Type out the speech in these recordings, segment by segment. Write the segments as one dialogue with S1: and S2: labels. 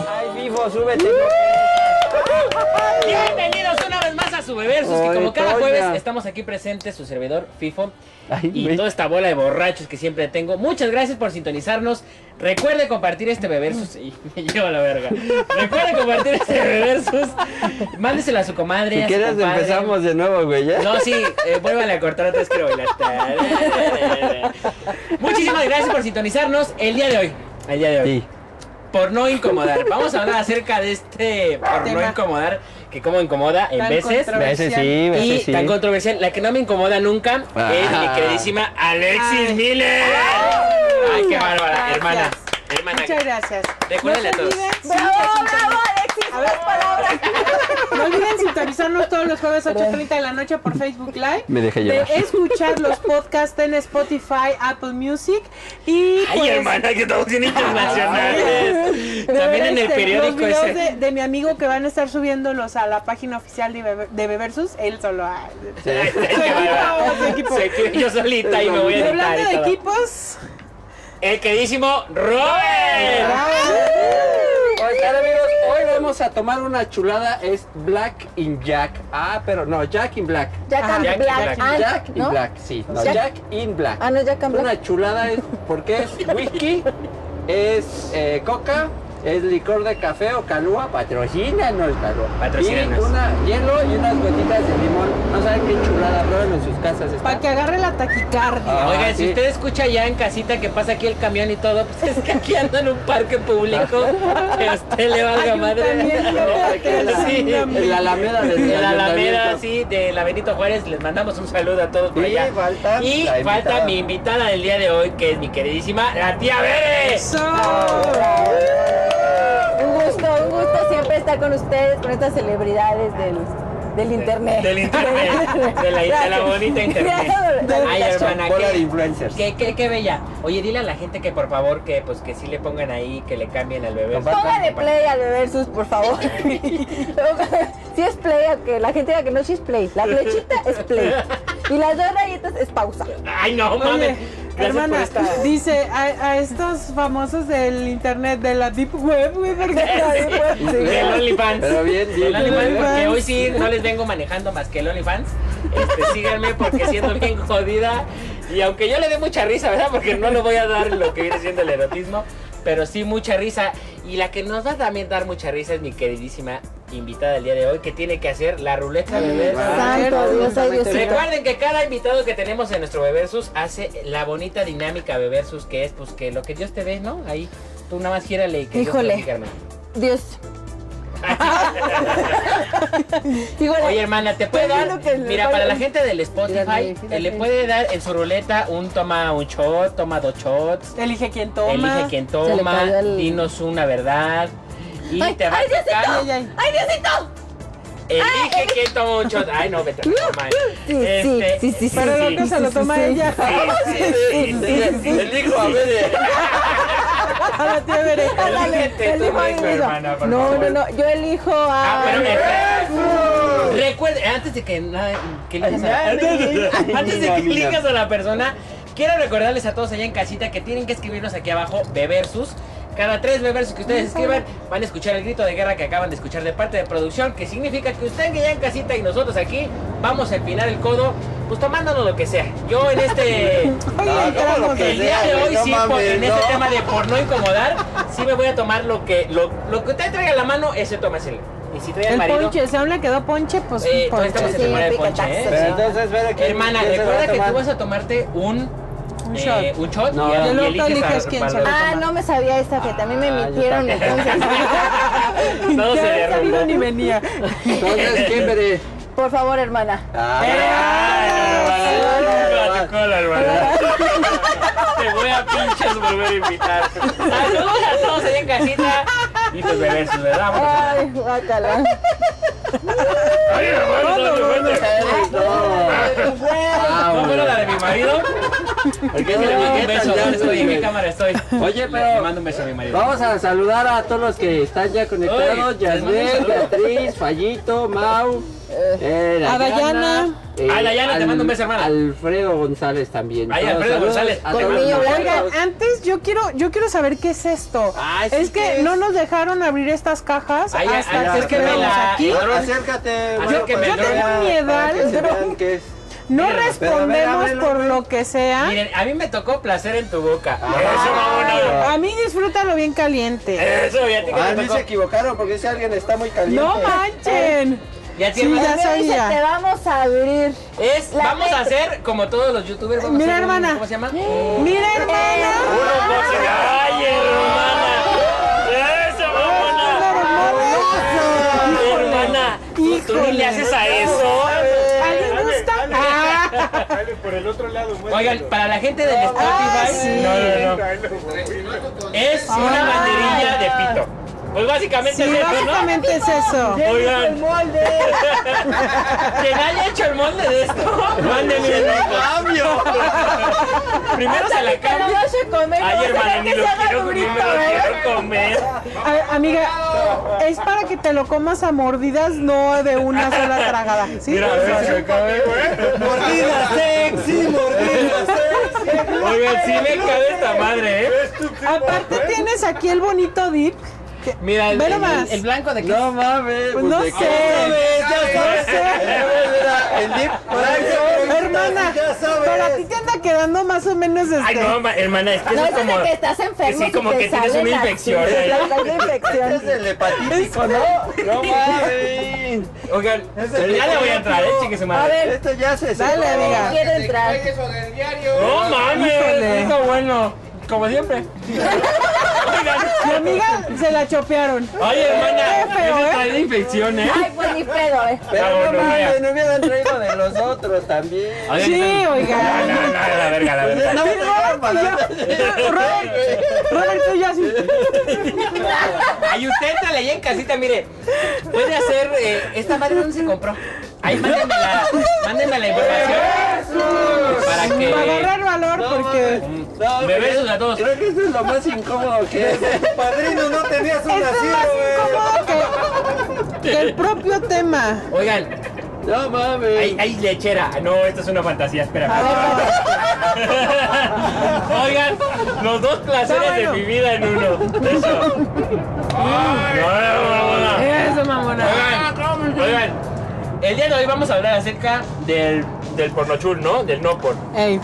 S1: Toño, súbete.
S2: Bienvenidos una vez más a su Bebersus, que
S1: Ay,
S2: como cada
S1: Toña.
S2: jueves estamos aquí presentes, su servidor FIFO
S1: Ay,
S2: y
S1: güey.
S2: toda esta bola de borrachos que siempre tengo. Muchas gracias por sintonizarnos. Recuerde compartir este Bebersus. Y me llevo la verga. Recuerde compartir este Bebersus. Mándeselo a su comadre.
S1: Si
S2: a su
S1: quieres
S2: compadre.
S1: empezamos de nuevo, güey, ¿ya?
S2: No, sí, eh, vuélvanle a cortar otra vez, quiero bailar. Muchísimas gracias por sintonizarnos el día de hoy. El día de hoy.
S1: Sí.
S2: Por no incomodar. Vamos a hablar acerca de este por no
S3: Tema.
S2: incomodar, que como incomoda en
S3: Tan
S2: veces.
S3: controversial.
S1: Veces sí,
S2: Y
S1: veces sí.
S2: tan controversial, la que no me incomoda nunca
S1: Ah.
S2: es mi queridísima Alexis
S3: Ay.
S2: Miller. Ay, qué bárbara,
S3: Gracias.
S2: hermana. Hermana,
S3: Muchas gracias.
S2: Recuérdenle
S3: No se
S2: a todos.
S3: olviden- sí,
S4: ¡Bravo,
S3: que sintonicen-
S4: bravo, Alexis!
S3: A ver.
S4: ¡Más palabras!
S3: No olviden sintonizarnos todos los jueves 8.30 de la noche por Facebook Live.
S1: Me dejé
S3: De
S1: llevar.
S3: escuchar los podcasts en Spotify, Apple Music y
S2: Ay,
S3: pues,
S2: hermana, que estamos bien internacionales.
S3: de
S2: También
S3: ver,
S2: en el
S3: este, los
S2: periódico
S3: videos
S2: ese.
S3: De, de mi amigo que van a estar subiéndolos a la página oficial de, Bebe- de Beversus, él solo. ah,
S2: Ay,
S1: Sí.
S2: ay, qué bárbara.
S3: Su equipo, su
S2: Se equivo- Yo solita y me voy
S3: Y
S2: a editar
S3: hablando
S2: y
S3: de
S2: todo.
S3: equipos,
S2: El queridísimo Robert.
S1: Hoy, tal, amigos, hoy vamos a tomar una chulada, es Black in Jack. Ah, pero no, Jack in Black.
S4: Jack and
S2: Jack y
S4: Black.
S2: Black.
S4: and-
S1: Jack in
S4: ¿no?
S1: Black, sí. Ah, No,
S4: Jack-
S1: Jack in Black.
S4: Ah, no, Jack and Black.
S1: Una chulada es porque es whisky, es eh, coca, es licor de café o calúa, patrocínanos, calúa.
S2: Patrocínanos.
S1: Y una hielo y unas gotitas de limón. No saben qué chulada, prueben en sus casas. está-
S3: para que agarre la taquicardia.
S1: Ah,
S2: Oigan, si
S1: sí.
S2: usted escucha ya en casita que pasa aquí el camión y todo, pues es que aquí ando en un parque público. Que a usted le valga madre.
S3: Ayuntamiento
S1: En la-
S2: Sí.
S1: en la Alameda del
S2: De la Alameda,
S1: ayuntamiento.
S2: sí, de la Benito Juárez, les mandamos un saludo a todos por
S1: Y
S2: allá.
S1: falta
S2: y
S1: la
S2: falta
S1: invitada.
S2: mi invitada del día de hoy, que es mi queridísima, la tía Bere.
S3: Eso.
S4: Un gusto, un gusto siempre estar con ustedes, con estas celebridades del, del internet.
S2: Del internet, de la- de la
S4: Gracias.
S2: bonita internet.
S4: Gracias.
S3: De-
S2: Ay, hermana,
S1: Bola
S2: qué-
S1: de influencers.
S2: Qué, qué, qué bella. Oye, dile a la gente que por favor que pues que sí le pongan ahí, que le cambien al bebé.
S1: Compartan,
S4: Póngale play al Versus, por favor. si es play, aunque la gente diga que no, si es play. La flechita es play. Y las dos rayitas es pausa.
S2: Ay, no mames.
S3: Oye,
S2: Gracias por
S3: hermana,
S2: esta.
S3: dice a, a estos famosos del internet, de la Deep Web, güey, porque-
S2: Del OnlyFans.
S1: Pero bien, bien.
S2: Del OnlyFans,
S3: OnlyFans.
S2: que hoy sí no les vengo manejando más que el OnlyFans. Este, síganme porque siendo bien jodida. Y aunque yo le dé mucha risa, ¿verdad? Porque no le voy a dar lo que viene siendo el erotismo. Pero sí mucha risa. Y la que nos va a también dar mucha risa es mi queridísima invitada del día de hoy, que tiene que hacer la ruleta de
S1: wow.
S4: Santo Dios, ay Diosito.
S2: Recuerden que cada invitado que tenemos en nuestro Beversus hace la bonita dinámica Beversus, que es pues que lo que Dios te dé, ¿no? Ahí tú nada más gírale y que Dios te
S4: Híjole.
S2: bendiga, hermano.
S4: Dios. Híjole.
S2: Oye, hermana, te puede
S4: Estoy
S2: dar.
S4: viendo que le
S2: Mira,
S4: vale-
S2: para la gente del Spotify,
S4: Fíjate,
S2: eh, le
S4: fíjate.
S2: puede dar en su ruleta un toma un shot, toma dos shots,
S3: Elige quién toma.
S2: elige quien
S4: Se le
S2: toma,
S4: cayó el-
S2: dinos una verdad. Y
S4: Ay,
S2: te va
S4: ay,
S2: a
S4: Diosito.
S2: tocar.
S3: Ay, ay.
S4: ¡Ay, Diosito!
S2: Elige quién toma un shot. Ay, no, Este, vete a la madre.
S4: Sí, sí, sí, sí, sí.
S3: Pero lo que se lo toma
S4: sí, sí.
S3: ella.
S2: Sí, sí, sí, sí, sí.
S1: El hijo a ver. eh.
S3: A la tía Bere.
S2: Elígete
S4: Elijo
S2: tú
S4: a mi
S2: mismo,
S4: amigo.
S2: hermana, por
S4: No,
S2: favor.
S4: no, no, yo elijo a.
S2: Ah, pero espera. Recuerde, antes de que nada, que elijas a la, antes de que elijas a la persona, quiero recordarles a todos allá en casita que tienen que escribirnos aquí abajo Beversus. Cada tres Beversus que ustedes escriban, van a escuchar el grito de guerra que acaban de escuchar de parte de producción, que significa que usted que allá en casita y nosotros aquí vamos a empinar el codo, pues tomándonos lo que sea. Yo en este
S3: Oye,
S1: No,
S3: entramos.
S1: ¿cómo lo que
S2: el día de
S1: sea,
S2: hoy
S1: güey, no
S2: sí, por-
S1: mames,
S2: en este
S1: no.
S2: tema de por no incomodar, sí me voy a tomar lo que lo, lo que usted traiga en la mano, ese tómaselo. Y si trae el
S3: El
S2: marido,
S3: ponche, si aún le quedó ponche, pues
S2: eh, todavía estamos en
S3: ponche.
S2: temporada de
S4: Sí,
S2: ponche,
S4: pica
S2: ¿eh?
S4: taxi.
S1: Pero entonces, espera que.
S2: Hermana,
S1: ¿quién se lo va
S2: recuerda
S1: a
S2: que tú
S1: tomar?
S2: vas a tomarte un,
S3: Un
S2: eh,
S3: shot.
S2: un shot
S1: No,
S2: y,
S1: yo
S2: y
S3: no
S2: eliges
S3: eliges
S2: a-
S3: quién
S2: para-
S3: se lo-
S4: Ah, no me sabía esta que también me
S1: Ah, yo
S4: mintieron
S1: también.
S4: entonces.
S2: Ah, Todo se
S3: Ya
S2: le
S3: esa
S2: arruinó.
S3: vino ni venía.
S1: Entonces, ¿quién veré?
S4: Por favor, hermana.
S2: Ay, hermana, tu cola, hermana. Te voy a pinches volver a invitar. Saludos a todos allá en casita. Y pues beber sus, ¿verdad? Vámonos.
S4: Ay, guácala.
S5: Ay, hermano, no, no, no,
S1: Ah,
S2: No fuera la de mi marido.
S1: ¿Por qué
S2: Yo
S1: me
S2: le mando
S1: la
S2: un beso. ¿Dónde estoy? En mi
S1: etiquetas?
S2: cámara estoy.
S1: Oye,
S2: Le le
S1: pero
S2: mando un beso a mi marido.
S1: Vamos a saludar a todos los que están ya conectados.
S2: Oye, les mando un
S1: Yasmín,
S2: saludo.
S1: Beatriz, Fallito, Mau, eh,
S3: a Dayana.
S1: eh,
S2: A Dayana, te mando un beso, hermana.
S1: Alfredo González también.
S2: Ay,
S1: Todos
S2: Alfredo
S1: saludos
S2: González.
S1: a
S2: Con
S1: todos
S4: niño
S1: nosotros.
S3: Oigan, antes yo quiero, yo quiero saber qué es esto.
S1: Ay, sí
S3: es que
S1: que es.
S3: no nos dejaron abrir estas cajas
S2: Ay, ay,
S3: hasta
S2: ay,
S3: que
S2: es que me la-
S3: estuviéramos aquí.
S2: Ay,
S1: Acércate, Mau,
S2: Acérqueme,
S1: para
S3: yo
S1: que
S3: tengo
S1: vean-
S3: miedo
S1: para que
S3: al
S1: se
S3: dron.
S1: vean qué es.
S3: No
S2: Mira,
S1: pero a ver,
S3: respondemos
S1: ábrelo,
S3: por
S1: güey.
S3: lo que sea.
S2: Miren, a mí me tocó placer en tu boca.
S3: Ah.
S5: Eso, mamona.
S3: A mí disfrútalo bien caliente.
S2: Eso, ya te
S1: Ah,
S2: que
S1: no
S2: te
S1: se
S2: tocó.
S1: equivocaron porque si alguien está muy caliente.
S3: No manchen.
S2: Ya
S3: Sí,
S2: tiene.
S3: ya
S4: Me dice,
S3: sabía.
S4: Te vamos a abrir.
S2: Es,
S4: La
S2: vamos
S4: neta.
S2: a hacer como todos los youtubers. Vamos
S3: Mira,
S2: a hacer un-
S3: hermana.
S2: ¿Cómo se llama?
S3: Mira,
S2: Eh,
S3: hermana.
S5: no se calle, hermana. Eso, mamona.
S3: Mira,
S2: Ay,
S3: hermana.
S2: hermana, tú, tú ni
S3: Híjole.
S2: le haces a eso.
S3: ¿Alguien gusta? Ah,
S6: Dale por el otro lado,
S2: Oigan, para la gente del Spotify,
S3: Ah, sí. Ah.
S2: no, no, no. es una banderilla de pito. Pues básicamente
S3: sí,
S2: es eso, ¿no?
S3: básicamente es eso.
S2: Oigan. Que nadie ha hecho el molde de esto. Mándenme el cambio. Primero se la
S4: Pero
S2: cambio.
S4: vas a comer.
S2: Ay,
S4: vamos a
S2: hermana,
S4: ver
S2: ni
S4: que
S2: lo
S4: se haga
S2: quiero, ni
S4: durito,
S2: me lo
S4: ¿eh?
S2: quiero comer.
S3: A- amiga, es para que te lo comas a mordidas, no de una sola tragada. ¿sí?
S2: Mira, a ver si me cabe.
S1: Mordida sexy, mordida sexy.
S2: Oigan, sí me cabe esta madre, ¿eh?
S3: Aparte tienes aquí el bonito dip. que-
S2: Mira, el,
S3: Ve
S2: el-
S3: nomás.
S2: el blanco de aquí.
S1: No mames.
S3: Pues no
S1: de
S3: sé.
S1: qué sabes, ya
S3: No sé.
S1: sabes. El dip por ahí se pregunta,
S3: Hermana,
S1: ya sabes.
S3: para ti te anda quedando más o menos este.
S2: Ay, no, ma- hermana, es que eso
S4: No
S2: es
S4: es
S2: como.
S4: de que estás enfermo.
S2: sí, como
S4: te
S2: que tienes
S4: salen
S2: una
S4: las
S2: infección,
S4: chichis,
S2: ¿eh?
S4: te sale
S1: Este
S4: infección.
S1: es el hepatítico, ¿no? No mames.
S2: Oigan, ya le voy a entrar, ¿eh? Chique su
S4: A
S2: madre.
S4: ver,
S1: Esto ya se
S3: Dale,
S1: secó.
S3: amiga.
S4: quiero entrar.
S2: No
S3: Híjole.
S2: mames, está bueno. Como siempre. Oigan,
S3: Mi amiga se la chopearon.
S2: Oye, hermana,
S3: Qué feo,
S2: eso
S3: ¿eh?
S2: trae de infección, ¿eh?
S4: Ay, pues ni pedo, eh.
S1: Pero
S2: Cabrón,
S1: no
S2: mira.
S1: mames, no hubieran traído de los otros también. Pues
S2: Oigan,
S3: Sí,
S2: están-
S3: oigan.
S2: No, no, la verga, la verga.
S1: No me dejaron para nada.
S3: Robert, Robert, tú ya sí.
S2: Ay, usted entra ahí en casita, mire. Puede hacer. eh, esta madre dónde se compró. Ahí mándenme la, mándenme la información. Para
S3: Para
S2: que.
S3: agarrar valor,
S1: No,
S3: porque.
S1: mames. No,
S2: Me besos a todos.
S1: Creo que eso es lo más incómodo que es. Padrino, no tenías un
S3: Esto es más incómodo que, que el propio tema.
S2: Oigan,
S1: No mames.
S2: hay, hay lechera. Ah, No, esto es una fantasía, espérame.
S3: Ah,
S2: Oigan, los dos placeres
S3: Está bueno.
S2: de mi vida en uno. Eso. Ay, no, no, no.
S3: Eso, mamona.
S2: Oigan, oigan, el día de hoy vamos a hablar acerca del, del pornochul, ¿no? Del no porn.
S3: Ey,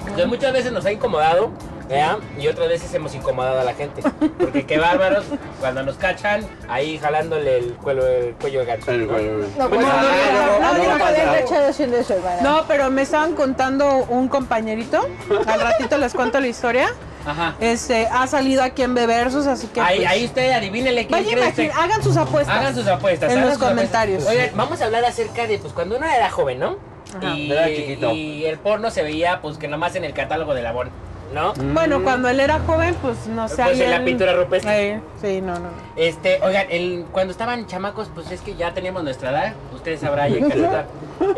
S2: Entonces, muchas veces nos ha incomodado, ¿ya? Y otras veces hemos incomodado a la gente. Porque qué bárbaros, cuando nos cachan, ahí jalándole el cuello, el cuello de gato.
S1: Pero, bueno, bueno.
S4: No, pues,
S1: No, no, no, no,
S4: no,
S1: no,
S4: digo
S1: no
S4: que habías
S1: pasa.
S4: hecho haciendo eso, hermana.
S3: No, pero me estaban contando un compañerito. Al ratito les cuento la historia.
S2: Ajá.
S3: Este, ha salido aquí en Beversus, así que.
S2: Ahí,
S3: pues,
S2: ahí usted adivínele quién
S3: Vaya,
S2: cree
S3: imagín-
S2: usted.
S3: hagan sus apuestas.
S2: Hagan sus apuestas.
S3: En
S2: hagan
S3: los
S2: sus apuestas.
S3: comentarios.
S2: Oigan, vamos a hablar acerca de, pues, cuando uno era joven, ¿no? Y,
S1: Era chiquito.
S2: y el porno se veía, pues, que nomás en el catálogo de la Bon, ¿no?
S3: Bueno, cuando él era joven, pues no sé.
S2: Pues,
S3: ahí
S2: en la
S3: él-
S2: pintura rupestre.
S3: Eh, sí, no, no. no.
S2: Este, oigan, el, cuando estaban chamacos, pues es que ya teníamos nuestra edad, ustedes sabrán, ya que la edad,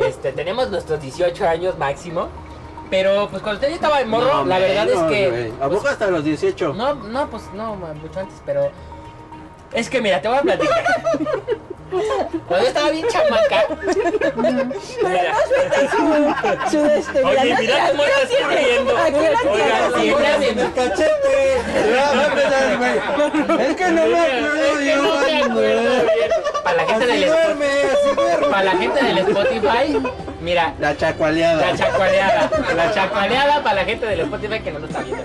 S2: este, tenemos nuestros 18 años máximo, pero pues cuando usted ya estaba en morro,
S1: No,
S2: la verdad es
S1: menos,
S2: que... pues,
S1: güey. ¿A poco hasta los 18?
S2: No, no, pues no, ma- mucho antes, pero... Es que mira, te voy a platicar. cuando yo estaba bien chamaca... Mira,
S4: Su este, mira,
S2: oye,
S4: no
S2: mira cómo estás corriendo.
S4: Aquí la
S2: Oigan,
S4: tienes.
S2: sí, espérame.
S1: cachete! No, no, no, no, no. Es que no me acuerdo
S2: Es que no me
S1: yo,
S2: acuerdo
S1: güey.
S2: bien. Para la gente
S1: Así
S2: del Spotify,
S1: duerme, así duerme.
S2: para la gente del Spotify, mira,
S1: La chacualeada.
S2: La chacualeada. La chacualeada para la gente del Spotify que no lo está viendo.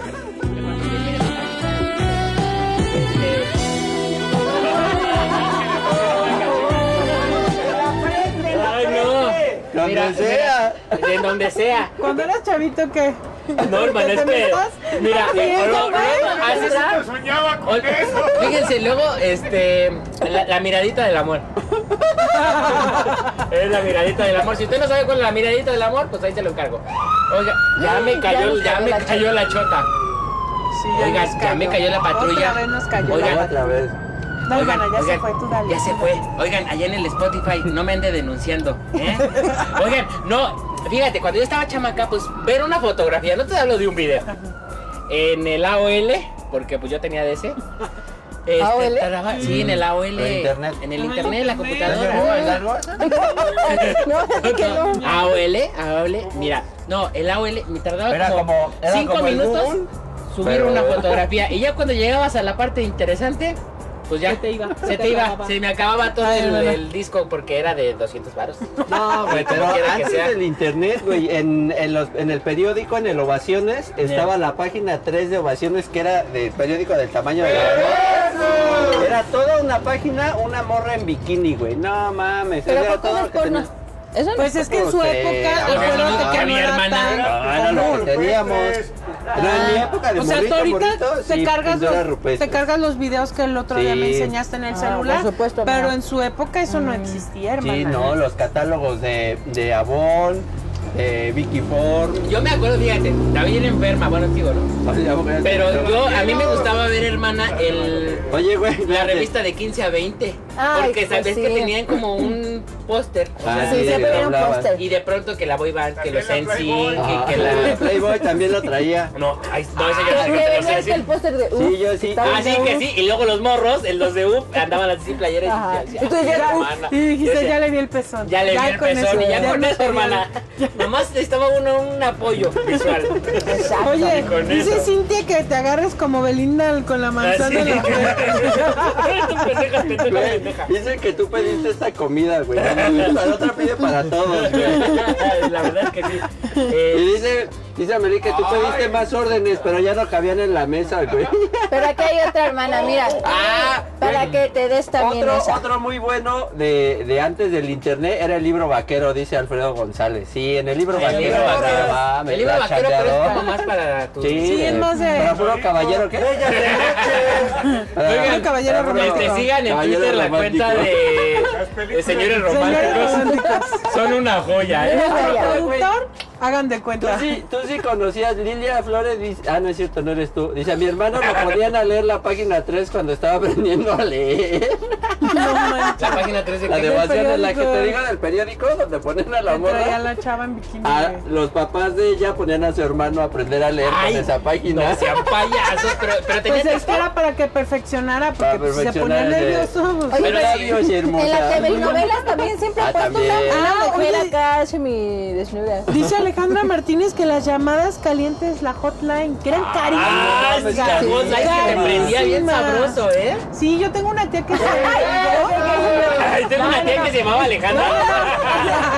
S2: Ay, no.
S1: Donde sea.
S2: De donde sea.
S3: Cuando eras chavito, ¿qué? Ah,
S2: No, hermano, es que. Mira, ah,
S3: Bien,
S2: luego-
S3: güey.
S2: luego haces-
S5: Soñaba con
S2: Ol-
S5: eso.
S2: Fíjense, luego, este, la, la miradita del amor. es la miradita del amor. Si usted no sabe cuál es la miradita del amor, pues ahí se lo encargo. Oiga, ya me cayó,
S4: nos
S2: ya,
S4: cayó
S2: me
S4: la
S2: cayó la chota.
S3: Sí,
S2: Oiga,
S3: nos
S2: ya me cayó la patrulla.
S3: Otra vez nos cayó
S2: Oigan,
S3: la
S1: Otra vez.
S3: No, hermana, ya se fue, tú dale.
S2: Ya se fue. Oigan, allá en el Spotify, no me ande denunciando. ¿eh? Oigan, no, fíjate, cuando yo estaba chamaca, pues ver una fotografía, no te hablo de un video. En el AOL, porque pues yo tenía DC. Este,
S4: ¿AOL?
S2: traba- sí, en el AOL.
S1: Por internet.
S2: En el
S3: Ajá,
S2: internet, en la
S3: internet.
S2: computadora.
S4: No, es que no.
S2: AOL, AOL, mira, no, el AOL me tardaba
S1: Era como- era
S2: cinco
S1: como el
S2: minutos
S1: Google,
S2: subir
S1: pero-
S2: una fotografía. Y ya cuando llegabas a la parte interesante, pues ya
S3: Se te iba,
S2: se te
S3: se te
S2: iba,
S3: acababa.
S2: se me acababa todo
S3: Ay,
S2: el,
S3: no, no.
S2: el disco porque era de 200 varos.
S1: No, güey, pero
S2: Como quiera que
S1: antes
S2: sea.
S1: del internet, güey, en, en los- en el periódico, en el Ovaciones, estaba la página 3 de Ovaciones, que era del periódico del tamaño de la Era toda una página, una morra en bikini, güey. No mames,
S4: Pero
S1: era
S4: ¿por qué
S1: todo
S4: no
S1: lo
S4: es
S1: que
S4: porno?
S1: tenías.
S4: Eso no
S3: Pues es que en su
S1: Pues,
S3: época,
S1: sí,
S3: acuérdate
S2: ahorita
S3: que
S2: mi
S3: no era
S2: hermana.
S3: tan...
S2: Ah,
S1: No, era lo que teníamos. Era en mi época de
S3: O sea, tú
S1: morrito,
S3: ahorita
S1: morrito,
S3: te,
S1: sí,
S3: cargas
S1: pintura
S3: los,
S1: rupestre.
S3: te cargas los videos que el otro día me
S1: Sí.
S3: enseñaste en el
S4: Ah,
S3: celular,
S4: por supuesto, Mm.
S3: pero
S4: mamá.
S3: en su época eso no existía, hermana.
S1: Sí, no, los catálogos de, de Avon, de Vicky Ford.
S2: Yo me acuerdo, fíjate, también era enferma, bueno, digo, ¿no? Pero yo, a mí me gustaba ver, hermana, el...
S1: Oye, güey.
S2: La
S1: espérate.
S2: revista de 15 a 20.
S4: Ay,
S2: porque
S4: pues
S2: sabes que
S4: sí.
S2: tenían como un póster. o sea,
S1: Ah,
S4: sí,
S1: de
S4: siempre
S1: que
S4: era un
S1: hablabas.
S4: póster.
S2: Y de pronto que la boy band, que los
S5: También la Playboy.
S2: NSYNC,
S1: Ah,
S2: que la...
S1: Playboy también lo traía.
S2: No, ay, no, ese
S4: Pero
S2: ya no sé,
S4: Ah, que
S2: no sé,
S4: venía
S2: sí.
S4: el póster de
S1: Sí, yo sí.
S4: estaba
S2: Así
S4: de
S2: que
S4: U.
S2: sí, y luego los morros, el- los de UP, andaban así playeras. y
S4: Ajá.
S2: decía,
S4: Y tú decías,
S2: "Ah,
S4: "Uf".
S2: hermana".
S3: Y dijiste,
S2: Yo decía,
S3: ya le vi el pezón.
S2: ya le vi el pezón y ya con
S3: no
S2: eso,
S3: quería-
S2: hermana. Nomás necesitaba uno un apoyo visual.
S4: Exacto.
S3: Oye,
S2: con
S3: dice
S2: eso. Ah,
S3: Cintia que te agarres como Belinda con la manzana en la
S2: Tú pendeja, pendeja,
S1: Güey,
S2: pendeja.
S1: Dicen que tú pediste esta comida, güey. No mames, La otra pide para todos, güey.
S2: La verdad es que sí.
S1: Y
S2: Eh,
S1: dice, dice Amelie que tú pediste más órdenes, pero ya no cabían en la mesa, güey.
S4: Pero aquí hay otra hermana, mira.
S1: Ah,
S4: para que te des también
S1: Otro,
S4: esa.
S1: otro muy bueno de, de antes del internet era el libro vaquero, dice Alfredo González. Sí, en el libro
S2: el
S1: vaquero.
S2: libro
S1: no
S2: vaquero.
S1: mames,
S2: El libro
S1: la
S2: vaquero, pero es
S1: chambeador.
S2: como más para tu...
S1: Sí,
S3: Sí, es
S1: de-
S3: más de-
S1: Para puro caballero, ¿qué? Para-
S2: Oigan,
S3: caballero
S1: para puro-
S2: Este,
S3: romántico.
S2: sigan en
S1: caballero
S2: Twitter la
S1: romántico.
S2: cuenta de, de señores románticos. Son una joya, ¿eh?
S3: Nuestro
S4: ya.
S3: productor, hagan de
S1: Tú
S2: Pues
S3: cuenta.
S1: sí, tú sí conocías Lilia Flores, dice- ah no es cierto, no eres tú. Dice, a mi hermano lo ponían a leer la página 3 cuando estaba aprendiendo a leer.
S3: No manches.
S2: La página 3 de
S1: La
S2: qué?
S1: de Ovaciones, la que te
S3: periódico.
S1: digo del periódico, donde ponen a la
S3: Que traía
S1: morra.
S3: la chava en bikini.
S1: Ah,
S3: güey.
S1: los papás de ella ponían a su hermano a aprender a leer
S2: Ay,
S1: con esa página.
S2: No sean payasos, pero, pero tenía
S3: Pues es
S2: texto.
S3: que era para que perfeccionara, porque
S1: Para
S3: si se ponía
S1: perfeccionar, eh.
S3: nervioso. pues,
S4: Oye,
S1: Pero
S4: pero-
S1: labios y hermosa.
S4: En las telenovelas también siempre
S1: Ah,
S4: ha puesto una,
S1: también.
S4: una
S3: Ah,
S4: mujer
S3: oye.
S4: acá semi desnuda.
S3: Dice Alejandra Martínez que las llamadas calientes, la hotline, que eran
S2: Ah,
S3: carísimas.
S2: sí, la voz la que te prendía bien
S3: Carísimas.
S2: sabroso, ¿eh?
S3: Sí, yo tengo una tía que se...
S2: Ay, tengo una tía que se llamaba Alejandra.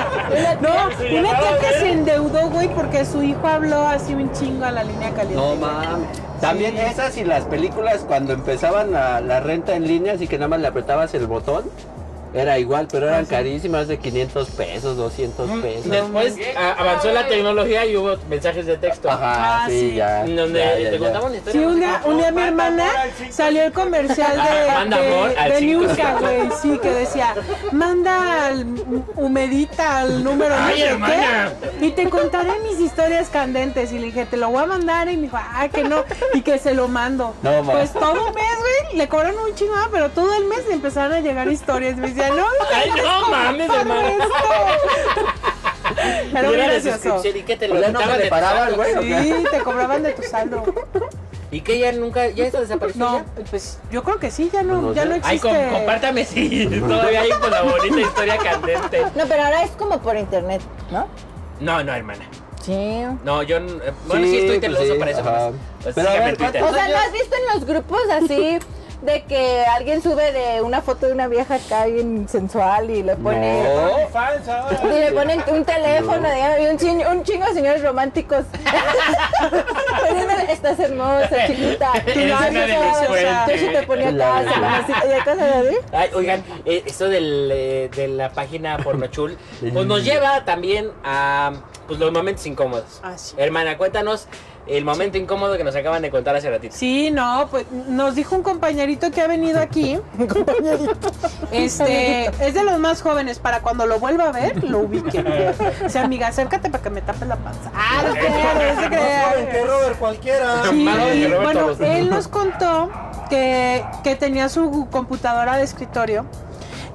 S3: No, una tía que se endeudó, güey, porque su hijo habló así un chingo a la línea caliente.
S1: No mames. También esas y las películas cuando empezaban la, la renta en línea, así que nada más le apretabas el botón, era igual, pero
S2: Ah,
S1: eran carísimas de 500 pesos, 200
S2: Mm,
S1: pesos.
S2: Después a- avanzó la tecnología y hubo mensajes de texto.
S1: Ajá,
S3: Ah,
S1: sí,
S3: sí.
S1: ya.
S2: En donde
S1: ya, ya, ya.
S2: te contaban historias.
S3: Sí, un día, un día mi hermana salió el comercial
S2: Ah, manda
S3: de,
S2: amor al
S3: de, de
S2: cinco.
S3: Niurka, güey, sí, que decía, manda al humedita al número no
S5: Ay,
S3: sé
S5: hermana.
S3: qué, y te contaré mis historias candentes, y le dije, te lo voy a mandar, y me dijo, ah, que no, y que se lo mando.
S1: No, ma.
S3: pues todo el mes, güey, le cobran un chingo, ah, pero todo el mes le empezaron a llegar historias, me decía, no,
S2: Ay, no mames,
S3: para
S2: hermano.
S3: esto. Era muy
S2: Era de
S3: gracioso.
S2: suscripción y que te
S1: O
S2: lo
S1: sea, Pues no
S2: quitaban
S1: me
S2: de tu
S1: reparaban,
S2: saldo.
S1: güey.
S3: Sí, te cobraban de tu saldo.
S2: Y que ya nunca, ya esto desapareció.
S3: No,
S2: ya?
S3: pues yo creo que sí, ya no,
S1: No
S3: ya
S1: sé.
S3: no
S2: Ay,
S3: existe.
S2: com- compártame si todavía hay con la bonita historia candente.
S4: No, pero ahora es como por internet, ¿no?
S2: No, no, hermana.
S4: Sí.
S2: No, yo. n- eh, Bueno, sí, es Twitter,
S1: pues
S2: lo uso
S1: sí,
S2: para eso.
S1: ajá.
S2: pues. Pues,
S1: Pero a
S2: síganme
S1: ver,
S2: en Twitter.
S4: O sea, ¿no has visto en los grupos así de que alguien sube de una foto de una vieja acá bien sensual y le pone
S1: No.
S4: y le ponen un teléfono y un chingo, un chingo de señores románticos. Poniéndole, estás hermosa, chiquita.
S2: Eres
S4: Tú lo
S2: una
S4: haces,
S2: de
S4: o
S2: mis
S4: sea, Yo sí te
S2: fuentes.
S4: ponía
S1: La verdad.
S4: casa, mamacita, y cosas así.
S2: Ay, oigan, eh, esto del, eh, de la página pornochul, pues nos lleva también a pues, los momentos incómodos.
S3: Ah, sí.
S2: Hermana, cuéntanos el momento incómodo que nos acaban de contar hace ratito.
S3: Sí, no, pues nos dijo un compañerito que ha venido aquí. Este, es de los más jóvenes, para cuando lo vuelva a ver, lo ubique. O sea, amiga, acércate para que me tapes la panza. Ah, no se crean, no se crean.
S6: Robert cualquiera.
S3: Sí,
S2: Más joven que Roberto
S3: bueno,
S2: Agustín.
S3: él nos contó que, que tenía su computadora de escritorio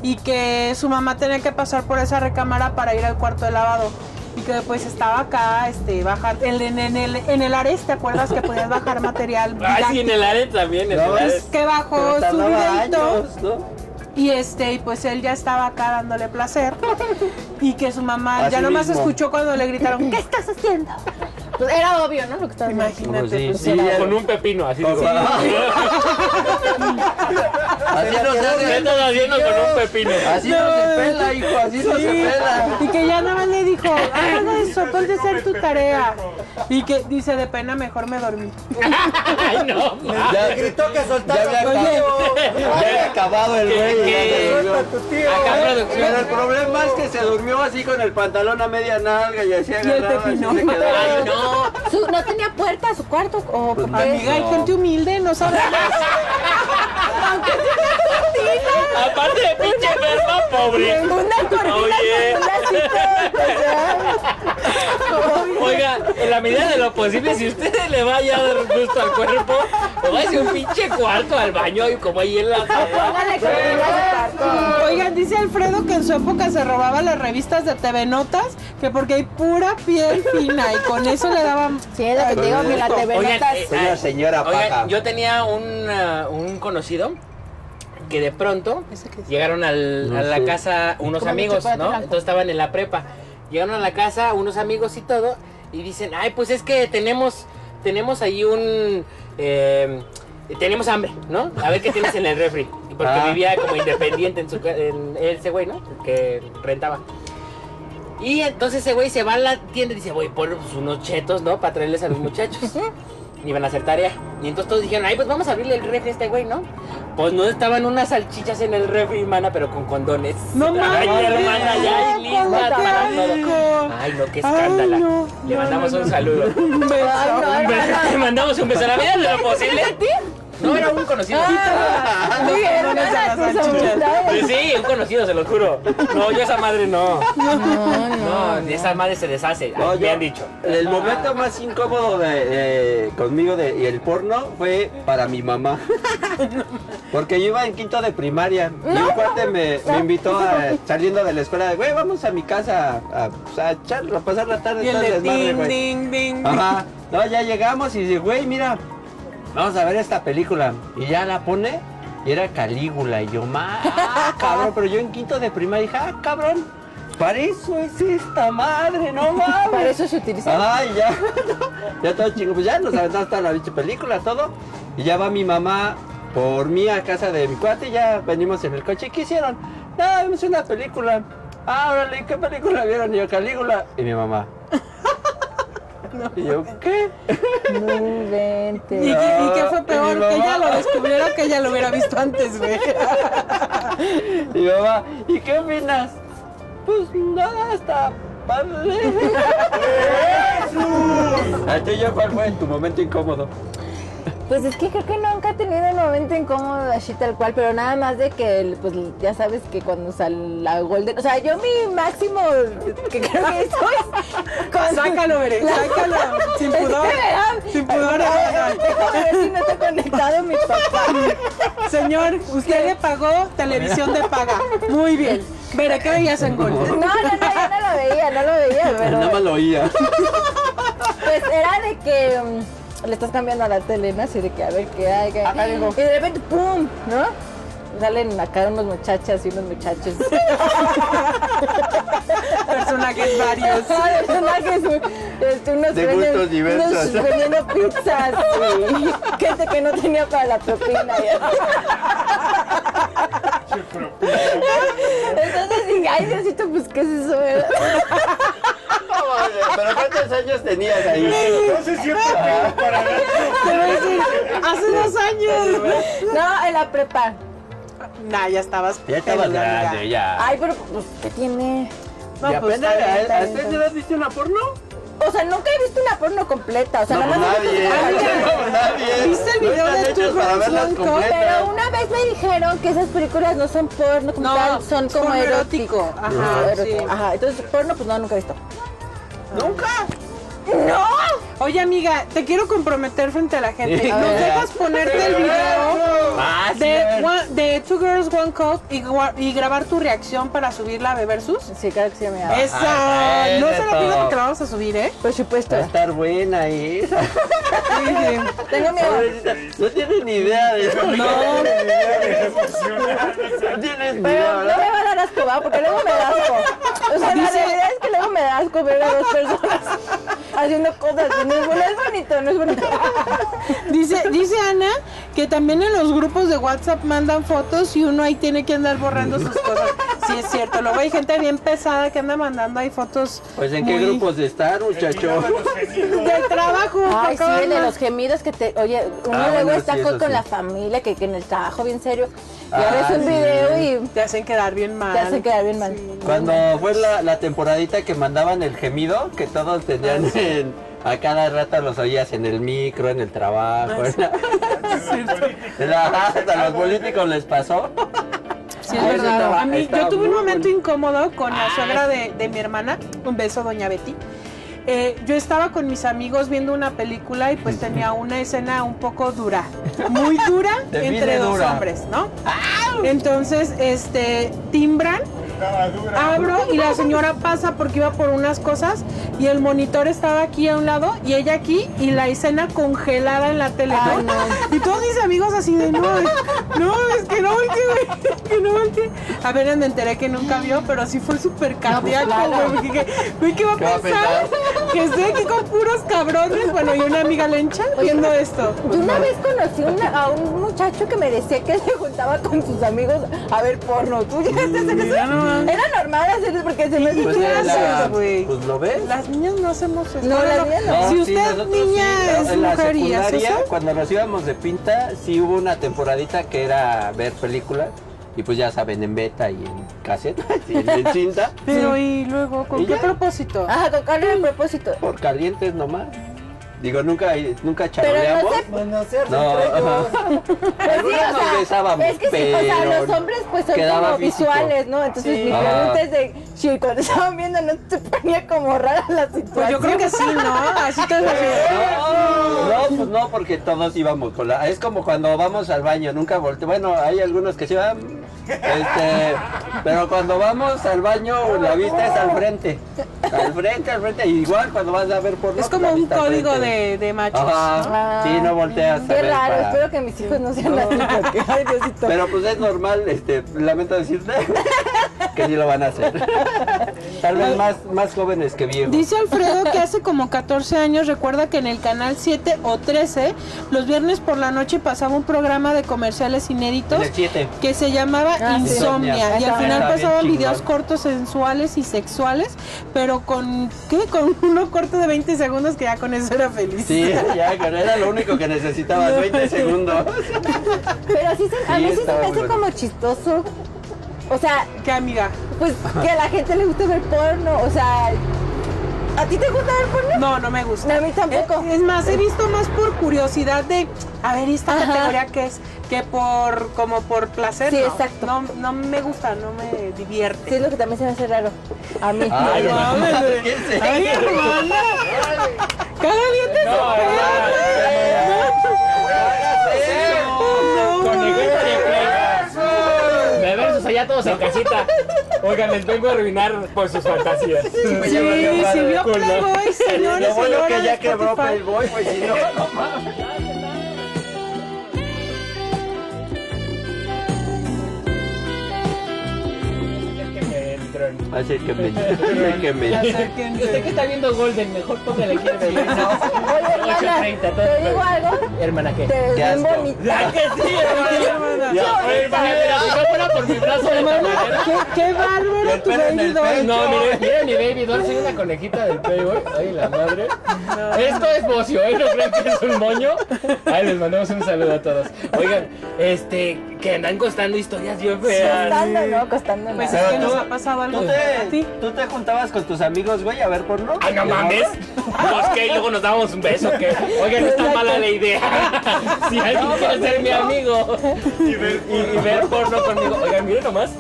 S3: y que su mamá tenía que pasar por esa recámara para ir al cuarto de lavado. Y que pues estaba acá, este, bajar, el- en, en el, en el Ares, ¿te acuerdas que podías bajar material?
S2: Ah, sí, en
S3: didáctico?
S2: el área también. en
S1: No,
S2: el
S1: es-
S2: Ares.
S3: que
S1: Pero
S3: bajó su
S1: tardaba
S3: videito
S1: años, ¿no?
S3: y este, y pues él ya estaba acá dándole placer. Y que su mamá
S1: Así
S3: ya nomás
S1: mismo.
S3: escuchó cuando le gritaron,
S4: ¿Qué
S3: ¿qué?
S4: estás haciendo? Pues era obvio, ¿no? Lo que estaba haciendo.
S3: Imagínate,
S1: Pues sí,
S3: pues,
S1: sí,
S3: era-
S1: ya-
S5: Con un pepino, así.
S1: Con- Así no se
S5: ¿Qué
S1: hace.
S5: estás haciendo con un pepino?
S1: Así no se pela, hijo, así no se pela.
S3: Y que ya nada más le dijo, hagan eso, pon de hacer tu tarea. Y que dice, de pena mejor me dormí.
S2: Ay, no, ma.
S1: Ya gritó que soltara. Ya había
S3: Oye.
S1: acabado, ya había acabado el güey.
S2: que-
S1: ya se durmió.
S2: Acá producción.
S1: Pero el problema es que se durmió así con el pantalón a media nalga y así
S3: el
S1: agarraba. así
S3: pepino.
S1: se quedaba.
S2: Ay, no.
S4: Su- ¿No tenía puerta a su cuarto? ¿O
S1: Pues
S4: por qué?
S3: Amiga, hay gente humilde, no sabrás.
S5: Aparte de pinche enferma, pobre.
S4: Una cortina
S5: Oye.
S4: con una cita, o sea,
S2: Oiga, en la medida de lo posible, si ustedes le vaya a dar gusto al cuerpo, o vaya un pinche cuarto al baño y como ahí en la
S4: póngale cortina a su cuarto.
S3: Oigan, dice Alfredo que en su época se robaba las revistas de TV Notas, que porque hay pura piel fina y con eso le daban...
S4: Sí, es lo que te digo, que la TV
S2: Oigan,
S4: notas.
S2: eh,
S1: Soy una
S2: ay,
S1: señora
S2: oigan,
S1: paja.
S2: yo tenía un, ah, un conocido que de pronto
S3: ¿Ese qué es?
S2: llegaron al-
S1: No
S2: a la
S1: sé.
S2: casa unos
S4: Como el
S2: amigos,
S4: chocolate
S2: ¿no?
S4: blanco.
S2: Entonces estaban en la prepa. Llegaron a la casa unos amigos y todo y dicen, ay, pues es que tenemos, tenemos ahí un... eh, tenemos hambre, ¿no? A ver qué tienes en el refri. Porque
S1: Ah.
S2: vivía como independiente en su ca- en ese güey, ¿no? Que rentaba. Y entonces ese güey se va a la tienda y dice, voy por unos chetos, ¿no? Para traerles a los muchachos. Y van a hacer tarea. Y entonces todos dijeron, ay, pues vamos a abrirle el refri a este güey, ¿no? Pues no estaban unas salchichas en el refri, hermana, pero con condones.
S3: No
S2: Ay,
S3: mames.
S2: hermana, ya
S3: Ay,
S2: es lista
S3: qué
S2: para todo.
S3: asco.
S2: Ay, no, qué
S3: Ay,
S2: escándala.
S3: no,
S2: Le
S3: no,
S2: mandamos
S3: no,
S2: un
S3: no.
S2: saludo.
S3: Un beso.
S4: Ay, no,
S2: Un beso,
S4: hermana.
S2: Le mandamos un beso a la vida de lo posible. No, era un conocido.
S4: Ah, sí,
S3: Los
S4: hermana,
S3: condones de
S4: tu
S3: las
S4: sobrina.
S2: Pues sí, un conocido, se lo juro. No, yo esa madre no.
S4: No,
S2: No, esa madre se deshace.
S1: No,
S2: me
S1: yo-
S2: han dicho.
S1: El momento más incómodo de, eh, conmigo de, y el porno fue para mi mamá. Porque yo iba en quinto de primaria y un cuate me, me invitó a, saliendo de la escuela, güey, vamos a mi casa a, pues, a echar- a pasar la tarde.
S3: Y el
S1: todo
S3: de
S1: desmadre,
S3: ding,
S1: güey".
S3: ding, ding.
S1: Ajá. No, ya llegamos y dice, güey, mira, vamos a ver esta película. Y ya la pone y era Calígula. Y yo, ma, ah, cabrón, pero yo en quinto de primaria dije, ah, cabrón, para eso es esta madre, no mames. Ah.
S4: Para eso se utiliza.
S1: Ay, ya. ya todo chingo. Pues ya nos aventamos toda la pinche película, todo. Y ya va mi mamá por mí a casa de mi cuate. Ya venimos en el coche. ¿Qué hicieron? Nada, vimos una película. Ah, órale, ¿qué película vieron? Y yo, Calígula. Y mi mamá. y yo, ¿qué?
S4: No
S3: ¿Y, y,
S4: inventes.
S3: y qué fue
S1: mi
S3: peor? Que
S1: mamá.
S3: ella lo descubriera o que ella lo hubiera visto antes, güey.
S1: Y mi mamá, ¿y qué opinas? Pues nada, está padre. ¡Jesús! ¿A ti yo cuál fue tu momento incómodo?
S4: Pues es que creo que nunca he tenido el momento incómodo así tal cual, pero nada más de que, el- pues ya sabes que cuando sale la Golden, o sea, yo mi máximo que creo que eso es
S3: Sácalo, veré, sácalo. ah, Sin pudor. Sin pudor, hermana.
S4: A ver si no está conectado mi papá.
S3: Señor, usted le pagó televisión de paga. Muy bien. Veré qué veías en
S4: No,
S3: Gol.
S4: no, no, yo no lo veía, no lo veía,
S1: Nada más
S4: pero
S1: lo oía.
S4: pues era de que mm, le estás cambiando a la tele, ¿no? Así de que a ver qué hay, que...
S1: Acá
S4: Y
S1: digo.
S4: de repente, ¡pum! ¿No? Salen acá unos muchachas y unos muchachos.
S3: Personajes varios.
S4: Ajá, de personajes, este, unos
S1: De
S4: venden-
S1: gustos diversos.
S4: unos vendiendo pizzas y gente que no tenía para la propina. y así. Entonces dije, ay, Diosito, pues, ¿qué es eso? verdad?"
S1: ¿Pero cuántos años tenías ahí?
S5: No sé si es pepino para ver.
S3: Te voy a decir, hace dos años.
S4: No, en la prepa.
S3: Nah, ya estabas.
S1: Ya estabas
S3: peluda, amiga.
S1: grande, ya.
S4: Ay, pero, pues, ¿qué tiene?
S3: No,
S1: ¿Y
S3: pues,
S1: apenas
S3: está bien,
S1: a-
S3: está
S1: a
S3: bien,
S1: esta
S3: está
S1: edad viste una porno?
S4: O sea, nunca he visto una porno completa. O sea,
S1: No,
S4: nada
S1: pues
S4: más. he visto-
S1: nadie.
S4: Amiga,
S1: No, nadie.
S3: ¿Viste el video
S1: no están
S3: de
S1: hechas
S3: Two
S1: para
S3: Girls,
S1: verlas
S3: One Cup?
S1: completas.
S4: Pero una vez me dijeron que esas películas no son porno como
S3: No,
S4: tal, son
S3: es
S4: como
S3: porno
S4: erótico.
S3: erótico. Ajá, sí.
S4: Erótico. Ajá, entonces porno pues no, nunca he visto.
S1: ¿Nunca?
S4: ¡No!
S3: Oye, amiga, te quiero comprometer frente a la gente.
S1: A
S3: ¿Nos
S1: ver.
S3: dejas ponerte el video
S1: Ah, sí,
S3: de,
S1: ven.
S3: one- de Two Girls, One Cup y, gua- y grabar tu reacción para subirla a Beversus?
S4: Sí, claro que sí, amiga.
S3: Eso.
S1: eso.
S3: No se lo pido porque la vamos a subir, ¿eh?
S4: Por supuesto.
S1: Va a estar buena esa.
S4: Tengo miedo.
S1: Pobrecita, No tienes ni idea de eso. No, tienes ni idea,
S4: Pero no
S1: ¿verdad?
S4: me va a dar asco, ¿va? Porque luego me da asco. O sea, la
S3: Dice-
S4: realidad es que luego me da asco ver a dos personas haciendo cosas. que No es, no es bonito, no es bonito.
S3: Dice, dice Ana que también en los grupos de WhatsApp mandan fotos y uno ahí tiene que andar borrando sus cosas. Sí, es cierto. Luego hay gente bien pesada que anda mandando ahí fotos.
S1: Pues en qué
S3: muy-
S1: grupos están, muchacho.
S3: De trabajo.
S4: Ay, sí,
S3: acaban
S4: el de
S3: mal.
S4: los gemidos que te. Oye, uno
S1: Ah,
S4: luego
S1: bueno,
S4: está
S1: sí,
S4: co-
S1: eso
S4: con
S1: sí.
S4: la familia, que, que en el trabajo, bien serio. Y
S1: Ah,
S4: ahora es un
S1: sí.
S4: video y
S3: Te hacen quedar bien mal.
S4: te hace quedar bien mal.
S1: Cuando fue la, la temporadita que mandaban el gemido, que todos tenían
S3: Ah,
S1: en- a cada rato los oías en el micro, en el
S3: Ah,
S1: trabajo. en la- en la- hasta los políticos les pasó.
S3: Sí, es
S1: Ay,
S3: verdad.
S1: estaba-
S3: A mí,
S1: estaba
S3: yo tuve un
S1: muy
S3: momento
S1: bueno.
S3: incómodo con la suegra de, de mi hermana. Un beso, doña Betty. Eh, yo estaba con mis amigos viendo una película y pues tenía una escena un poco dura, muy dura
S1: Te
S3: entre
S1: viene
S3: dos
S1: dura.
S3: hombres, ¿no? Entonces, este, timbran, abro y la señora pasa porque iba por unas cosas y el monitor estaba aquí a un lado y ella aquí y la escena congelada en la tele, ¿no?
S4: Ay, no.
S3: Y todos mis amigos así de no, es- no, es que no volteé, güey, que no volteé. A ver, me enteré que nunca vio, pero sí fue súper cardíaco,
S4: claro.
S3: güey. porque dije, güey, ¿qué va a
S1: ¿Qué va a
S3: pensar? Que estoy aquí con puros cabrones. Bueno, y una amiga lencha viendo esto.
S4: Yo una vez conocí una- a un muchacho que me decía que se juntaba con sus amigos a ver porno. ¿Tú llegaste
S3: Mm,
S4: a hacer eso? Era normal hacer eso porque se me hace
S1: Pues,
S4: que-
S1: era-
S3: haces, güey?
S1: pues lo ves.
S3: Las niñas no hacemos eso.
S4: No,
S3: Bueno,
S4: las niñas no.
S3: Si
S1: sí,
S3: usted,
S1: nosotros
S3: niña,
S1: sí,
S3: es
S1: en la
S3: mujer y hace
S1: secundaria,
S3: eso.
S1: Cuando nos íbamos de pinta, sí hubo una temporadita que era ver películas. Y pues ya saben, en beta y en cassette y en cinta.
S3: Pero y luego, ¿con
S1: ¿Y
S3: qué
S1: ya?
S3: propósito?
S4: Ajá, con cuál era el propósito.
S1: Por calientes nomás. Digo, nunca, nunca
S4: Pero no
S1: charoleamos.
S4: sé
S1: No,
S4: Pues sí, o
S1: Algunas nos
S4: sea,
S1: besábamos,
S4: es que sí, o sea,
S1: pero
S4: los hombres pues son
S1: quedaba
S4: como
S1: físico.
S4: visuales, ¿no? Entonces
S1: Sí.
S4: mi
S1: Ajá.
S4: pregunta es de si cuando estaban viendo no te ponía como rara la situación.
S3: Pues yo creo que sí, ¿no? Así te
S1: No, pues no, porque todos íbamos con la... Es como cuando vamos al baño, nunca volteamos. Bueno, hay algunos que sí van... Este, pero cuando vamos al baño, la vista es al frente. Al frente, al frente. Igual cuando vas a ver por
S3: Es como un código de, de machos. ¿no?
S1: Ajá. Sí, no volteas. a
S4: Qué
S1: ver
S4: raro,
S1: para-
S4: espero que mis hijos no sean así porque ay Diosito.
S1: Pero pues es normal, este, lamento decirte que sí lo van a hacer. Tal vez más, más jóvenes que viejos.
S3: Dice Alfredo que hace como 14 años recuerda que en el canal 7 o 13 los viernes por la noche pasaba un programa de comerciales
S1: En
S3: inéditos
S1: el 7.
S3: que se llamaba
S4: Ah,
S3: Insomnia y
S4: sí. Insomnia.
S3: al final
S1: Está bien
S3: pasaban
S1: chingón.
S3: videos cortos sensuales y sexuales, pero con ¿qué? Con uno corto de 20 segundos que ya con eso era feliz.
S1: Sí, ya, que era lo único que necesitabas, 20 segundos.
S4: Pero sí se, a
S1: Sí,
S4: mí sí se
S1: estaba
S4: me
S1: muy
S4: hace
S1: bueno.
S4: como chistoso. O sea,
S3: Qué amiga.
S4: pues que a la gente le gusta ver porno, o sea, ¿a ti te gusta ver porno?
S3: No, no me gusta.
S4: No, a mí tampoco.
S3: Es, es más, he visto más por curiosidad de, a ver, ¿y esta
S4: Ajá.
S3: categoría qué es? Que por, como por placer.
S4: Sí,
S3: no.
S4: exacto.
S3: No, no me gusta, no me divierte.
S4: Sí, es lo que también se me hace raro. A mí.
S1: Ay,
S3: No mames, güey.
S1: ¿qué es
S3: Ay, hermana. Cada día te
S2: No,
S3: superas, güey. No,
S2: Con el
S3: mames.
S2: triple. De versus allá todos en casita. Oigan, les vengo a arruinar por sus fantasías.
S3: Sí, si vio Playboy, señores,
S1: Lo bueno
S3: señoras,
S1: que ya quebró
S3: Spotify.
S1: Playboy, pues si no, no mames. Acérquenme, acérquenme.
S2: Usted que está viendo Golden, mejor póngale aquí en el
S4: Oye, hermana,
S2: 8:30, todo
S4: te digo algo,
S2: Hermana, ¿qué?
S4: te ves
S1: Qué
S4: bien
S1: asco.
S4: bonita.
S2: ¿A que sí, hermana? Ya, oye, hermana, mira, si no fuera por mi brazo de
S3: Hermana, qué, qué
S1: Y
S3: bárbaro
S1: el
S3: tu
S1: pelo en
S3: baby
S1: el
S3: doll.
S1: pecho.
S2: No, mire, mire mi baby doll, soy una conejita del Playboy. Ay, la madre. Esto es bocio, ¿eh? ¿No creen que es un moño? Ay, les mandamos un saludo a todos. Oigan, este, que andan costando historias bien feas.
S4: Costando, ¿no? Costando.
S3: Pues
S4: ¿no?
S3: es
S1: Pero
S3: que nos
S1: tú-
S3: ha pasado algo
S1: ¿Tú
S3: a ti.
S1: te, ¿Tú te juntabas con tus amigos, güey, a ver porno?
S2: Ay, no mames. No, es que luego nos damos un beso, que. Oigan, está mala la idea. Si alguien quiere ser mi amigo y ver, porno con mi
S5: digo, oigan, miren nomás,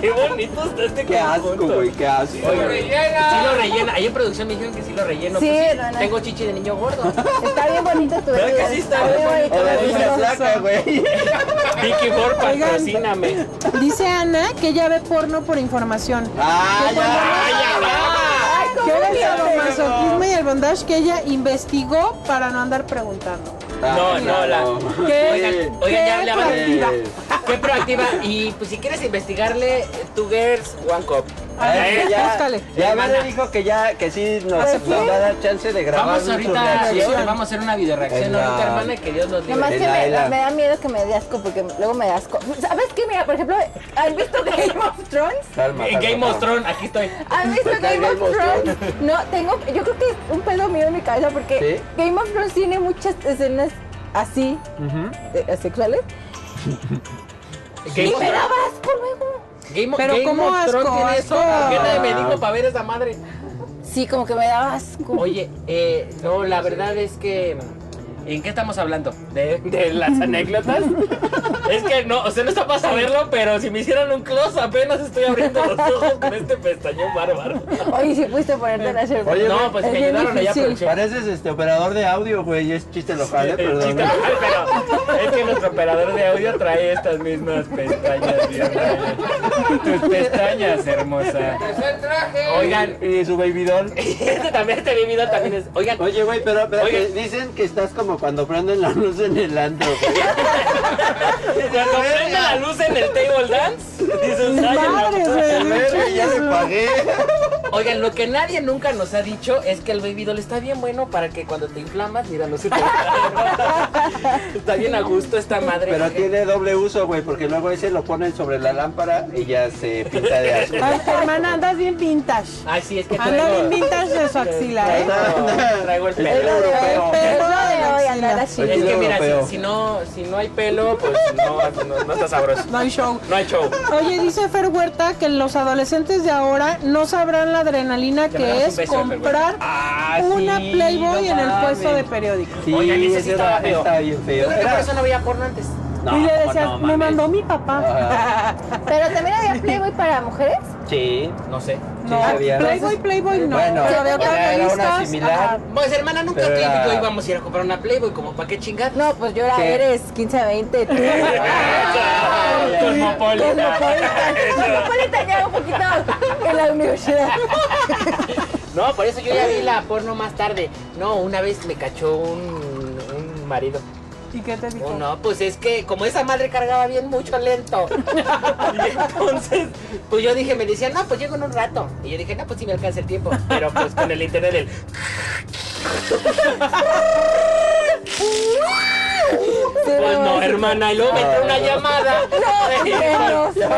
S5: qué bonito está este
S1: Qué asco,
S5: conjunto".
S1: güey, qué asco.
S5: Oye,
S1: güey.
S2: Sí lo rellena. Ahí en producción me dijeron que sí lo relleno.
S4: Sí,
S2: Pues
S4: no, no.
S2: Tengo chichi de niño gordo.
S4: Está bien bonito tu
S5: ¿Verdad que
S4: bebida.
S5: sí está bien
S1: O
S4: bonito.
S1: de
S4: tu
S1: niña
S4: bebida.
S1: flaca, güey.
S5: Vicky Ford,
S3: Oigan.
S5: patrocíname.
S3: Dice Ana que ella ve porno por información.
S1: Ah, ya,
S4: Ay,
S3: que
S4: ¿cómo
S3: era el
S4: que no?
S3: sadomasoquismo y el bondage que ella investigó para no andar preguntando.
S1: ya. Ah,
S5: No, no, la-
S3: ¿Qué?
S1: Oye,
S2: Oigan, ya
S3: Qué
S2: hablamos.
S3: proactiva.
S1: eh,
S2: Qué proactiva. Y pues si quieres investigarle, tu girls, one cup.
S3: A ver,
S1: eh, ya,
S3: búscale.
S1: ya
S2: Hermana.
S1: Vane dijo que ya, que sí nos, nos va a dar chance de grabar
S2: Vamos
S1: su
S2: ahorita,
S1: reacción.
S2: ahorita vamos a hacer una videoreacción
S1: En la-
S2: ahorita, hermana, que Dios nos
S4: Nomás
S2: libre.
S4: que
S1: Ela,
S4: me,
S1: Ela.
S4: me da miedo que me dé asco porque luego me da asco. ¿Sabes qué? Mira, por ejemplo, ¿has visto Game of Thrones?
S1: Calma,
S2: En Game
S1: calma,
S2: of Thrones, aquí estoy.
S4: ¿Has visto Game
S1: Game
S4: of
S1: of
S4: Thrones? No, tengo, yo creo que es un pelo mío en mi cabeza porque
S1: ¿Sí?
S4: Game of Thrones tiene muchas escenas así, de- sexuales.
S2: Game
S4: Y
S2: of
S4: me daba
S2: Thrones.
S4: asco luego.
S2: Game,
S3: Pero
S2: Game
S3: ¿cómo
S2: of Thrones
S3: asco,
S2: tiene
S3: asco?
S2: eso. ¿Por qué nadie me dijo para ver esa madre?
S4: Sí, como que me daba asco.
S2: Oye, eh, no, la verdad es que. ¿En qué estamos hablando? ¿De, de las anécdotas? es que no, o sea, no está para saberlo, pero si me hicieran un close apenas estoy abriendo los ojos con este pestañón bárbaro.
S4: Oye, si pudiste ponerte la selva.
S1: Oye,
S2: No, pues
S4: Es
S2: me
S4: bien
S2: ayudaron allá por
S4: difícil.
S2: el show.
S1: Pareces este operador de audio, güey. Es chiste local, eh,
S5: El
S1: perdón.
S5: chiste
S1: eh.
S5: local, pero
S2: ah, Es que nuestro operador de audio trae estas mismas pestañas, Dios mío. Tus pestañas, hermosa. Oigan,
S1: Y su baby doll.
S2: este también, este video también es. Oigan,
S1: Oye, güey, pero, pero
S2: Oye.
S1: que dicen que estás como cuando prenden la luz en el antro, güey.
S5: cuando prende la luz en el table dance, dices, ay, en la-
S3: Madres, güey, no
S1: Verga, ya le
S3: chingues, güey.
S1: pagué.
S2: Oigan, lo que nadie nunca nos ha dicho es que el baby doll está bien bueno para que cuando te inflamas, mira, no se te Está bien a gusto esta madre.
S1: Pero tiene doble uso, güey, porque luego ese lo ponen sobre la lámpara y ya se pinta de azul.
S3: Ay, tu hermana, andas bien vintage.
S2: Ay, sí, es que
S3: Anda bien
S2: traigo,
S3: vintage de su axila, ¿eh?
S2: traigo, traigo el pelo.
S1: Pero, pero.
S4: Es lo de hoy,
S3: axila.
S4: andar así.
S1: Oye,
S2: Es que mira,
S1: Europeo.
S2: si, si no, si no hay pelo, pues no, no, no está sabroso.
S3: No hay show.
S5: no hay show.
S3: Oye, dice Fer Huerta que los adolescentes de ahora no sabrán la
S2: me
S3: adrenalina
S2: das
S3: que
S2: un beso,
S3: es
S2: Fer Huerta.
S3: comprar
S5: Ah,
S3: una
S5: sí,
S3: Playboy
S5: no
S3: en el puesto de
S5: mames.
S3: periódico.
S1: Sí,
S2: Oigan, ese sí
S1: ese
S2: estaba
S1: era-
S2: feo.
S1: estaba bien
S2: Yo
S1: feo.
S2: creo que por
S1: Era-
S2: eso no veía porno antes.
S1: No,
S3: y le
S1: no
S3: decías, me
S1: mames.
S3: mandó mi papá.
S4: Pero también había Playboy para mujeres.
S1: Sí.
S2: No sé.
S3: no,
S1: sabía.
S3: Playboy, Playboy no.
S1: Bueno,
S3: pero había
S1: era- era una
S3: tablonistas,
S1: similar.
S3: ajá.
S2: Pues hermana, nunca
S1: Pero
S2: tú
S1: era-
S2: y yo íbamos a ir a comprar una Playboy, como para qué chingar.
S4: No, pues yo era
S1: ¿Qué?
S4: eres 15 a 20. tú.
S5: Ah, Cosmopolitan.
S4: Cosmopolitan ya un poquito en la universidad.
S2: No, por eso yo ya vi la porno más tarde. No, una vez me cachó un, un marido.
S3: ¿Y qué te dijo?
S2: Oh, no, pues es que como esa madre cargaba bien mucho lento. Y entonces, pues yo dije, me decía, no, pues llego en un rato. Y yo dije, no, pues sí me alcanza el tiempo. Pero pues con el internet el. Pues no, hermana, y luego me entró una llamada.
S4: No, menos, menos.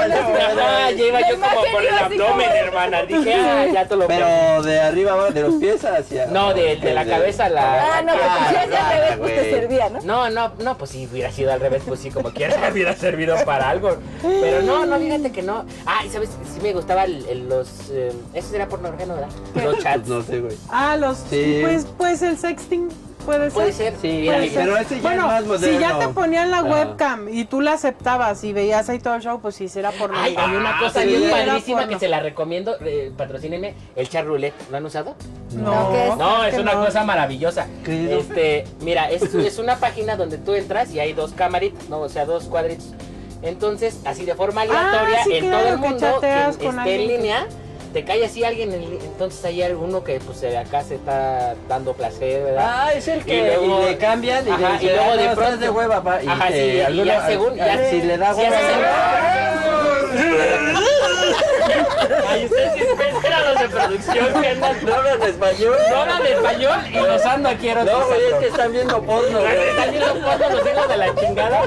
S5: Ah, ya iba
S4: La
S5: yo como
S4: imagen
S5: por el
S4: iba así
S5: abdomen,
S4: como-
S5: hermana. Dije, ah, ya te lo
S1: Pero de arriba abajo, de los pies hacia.
S2: No, de, de la cabeza a la.
S4: Ah, no, pues si hacías
S1: Ah,
S4: al revés, pues te
S1: güey.
S4: servía, ¿no?
S2: No, no, no, pues si hubiera sido al revés, pues sí, como quiera, me hubiera servido para algo. Pero no, no, fíjate que no. Ah, y sabes, sí me gustaba el- el- los. eh, eso era pornografía, ¿no? ¿verdad? Los
S1: Pues
S2: chats.
S1: no sé, güey.
S3: Ah, los.
S1: Sí.
S3: Pues, pues el sexting puede ser.
S2: Puede ser.
S1: Sí,
S2: Mira,
S3: Puede
S2: mi-
S3: ser.
S1: pero ese ya
S3: bueno,
S1: es más moderno.
S3: si ya te ponían la
S1: Ah.
S3: webcam y tú la aceptabas y veías ahí todo el show, pues sí, será por
S2: Ay, ah, hay una cosa
S3: Ah, sí,
S2: bien
S3: era
S2: padrísima
S3: porno.
S2: que se la recomiendo. eh, patrocínenme, el chat roulette. ¿Lo han usado?
S4: No, ¿qué es?
S2: No, es
S3: que
S2: una
S3: no.
S2: cosa maravillosa.
S1: ¿Qué?
S2: Este, mira, es, es una página donde tú entras y hay dos camaritas, no, o sea, dos cuadritos. Entonces, así de forma aleatoria,
S3: Ah, sí,
S2: en
S3: claro,
S2: todo el
S3: que
S2: mundo,
S3: chateas
S2: quien
S3: con
S2: esté en
S3: alguien que-
S2: línea, te cae así alguien. en li- Entonces, hay alguno que, pues, eh, acá se está dando placer, ¿verdad?
S1: Ah, es el
S2: Y
S1: que
S2: luego-
S1: y le cambian y,
S2: Ajá,
S1: le
S2: y
S1: dicen,
S2: luego
S1: "Ah,
S2: de
S1: no, estás
S2: pronto-
S1: de hueva, pa", y
S2: Ajá,
S1: te-
S2: sí, y ya
S1: alguna-
S2: según- ya-
S1: si le da
S2: si haces el-
S1: hueva.
S5: Ay, ustedes sí pescan a los de producción que andan.
S1: No hablan español.
S5: No hablan español y los ando aquí
S1: No, güey, es
S5: erotizados.
S1: que están viendo porno, güey.
S2: Están viendo fotos los hijos de la chingada.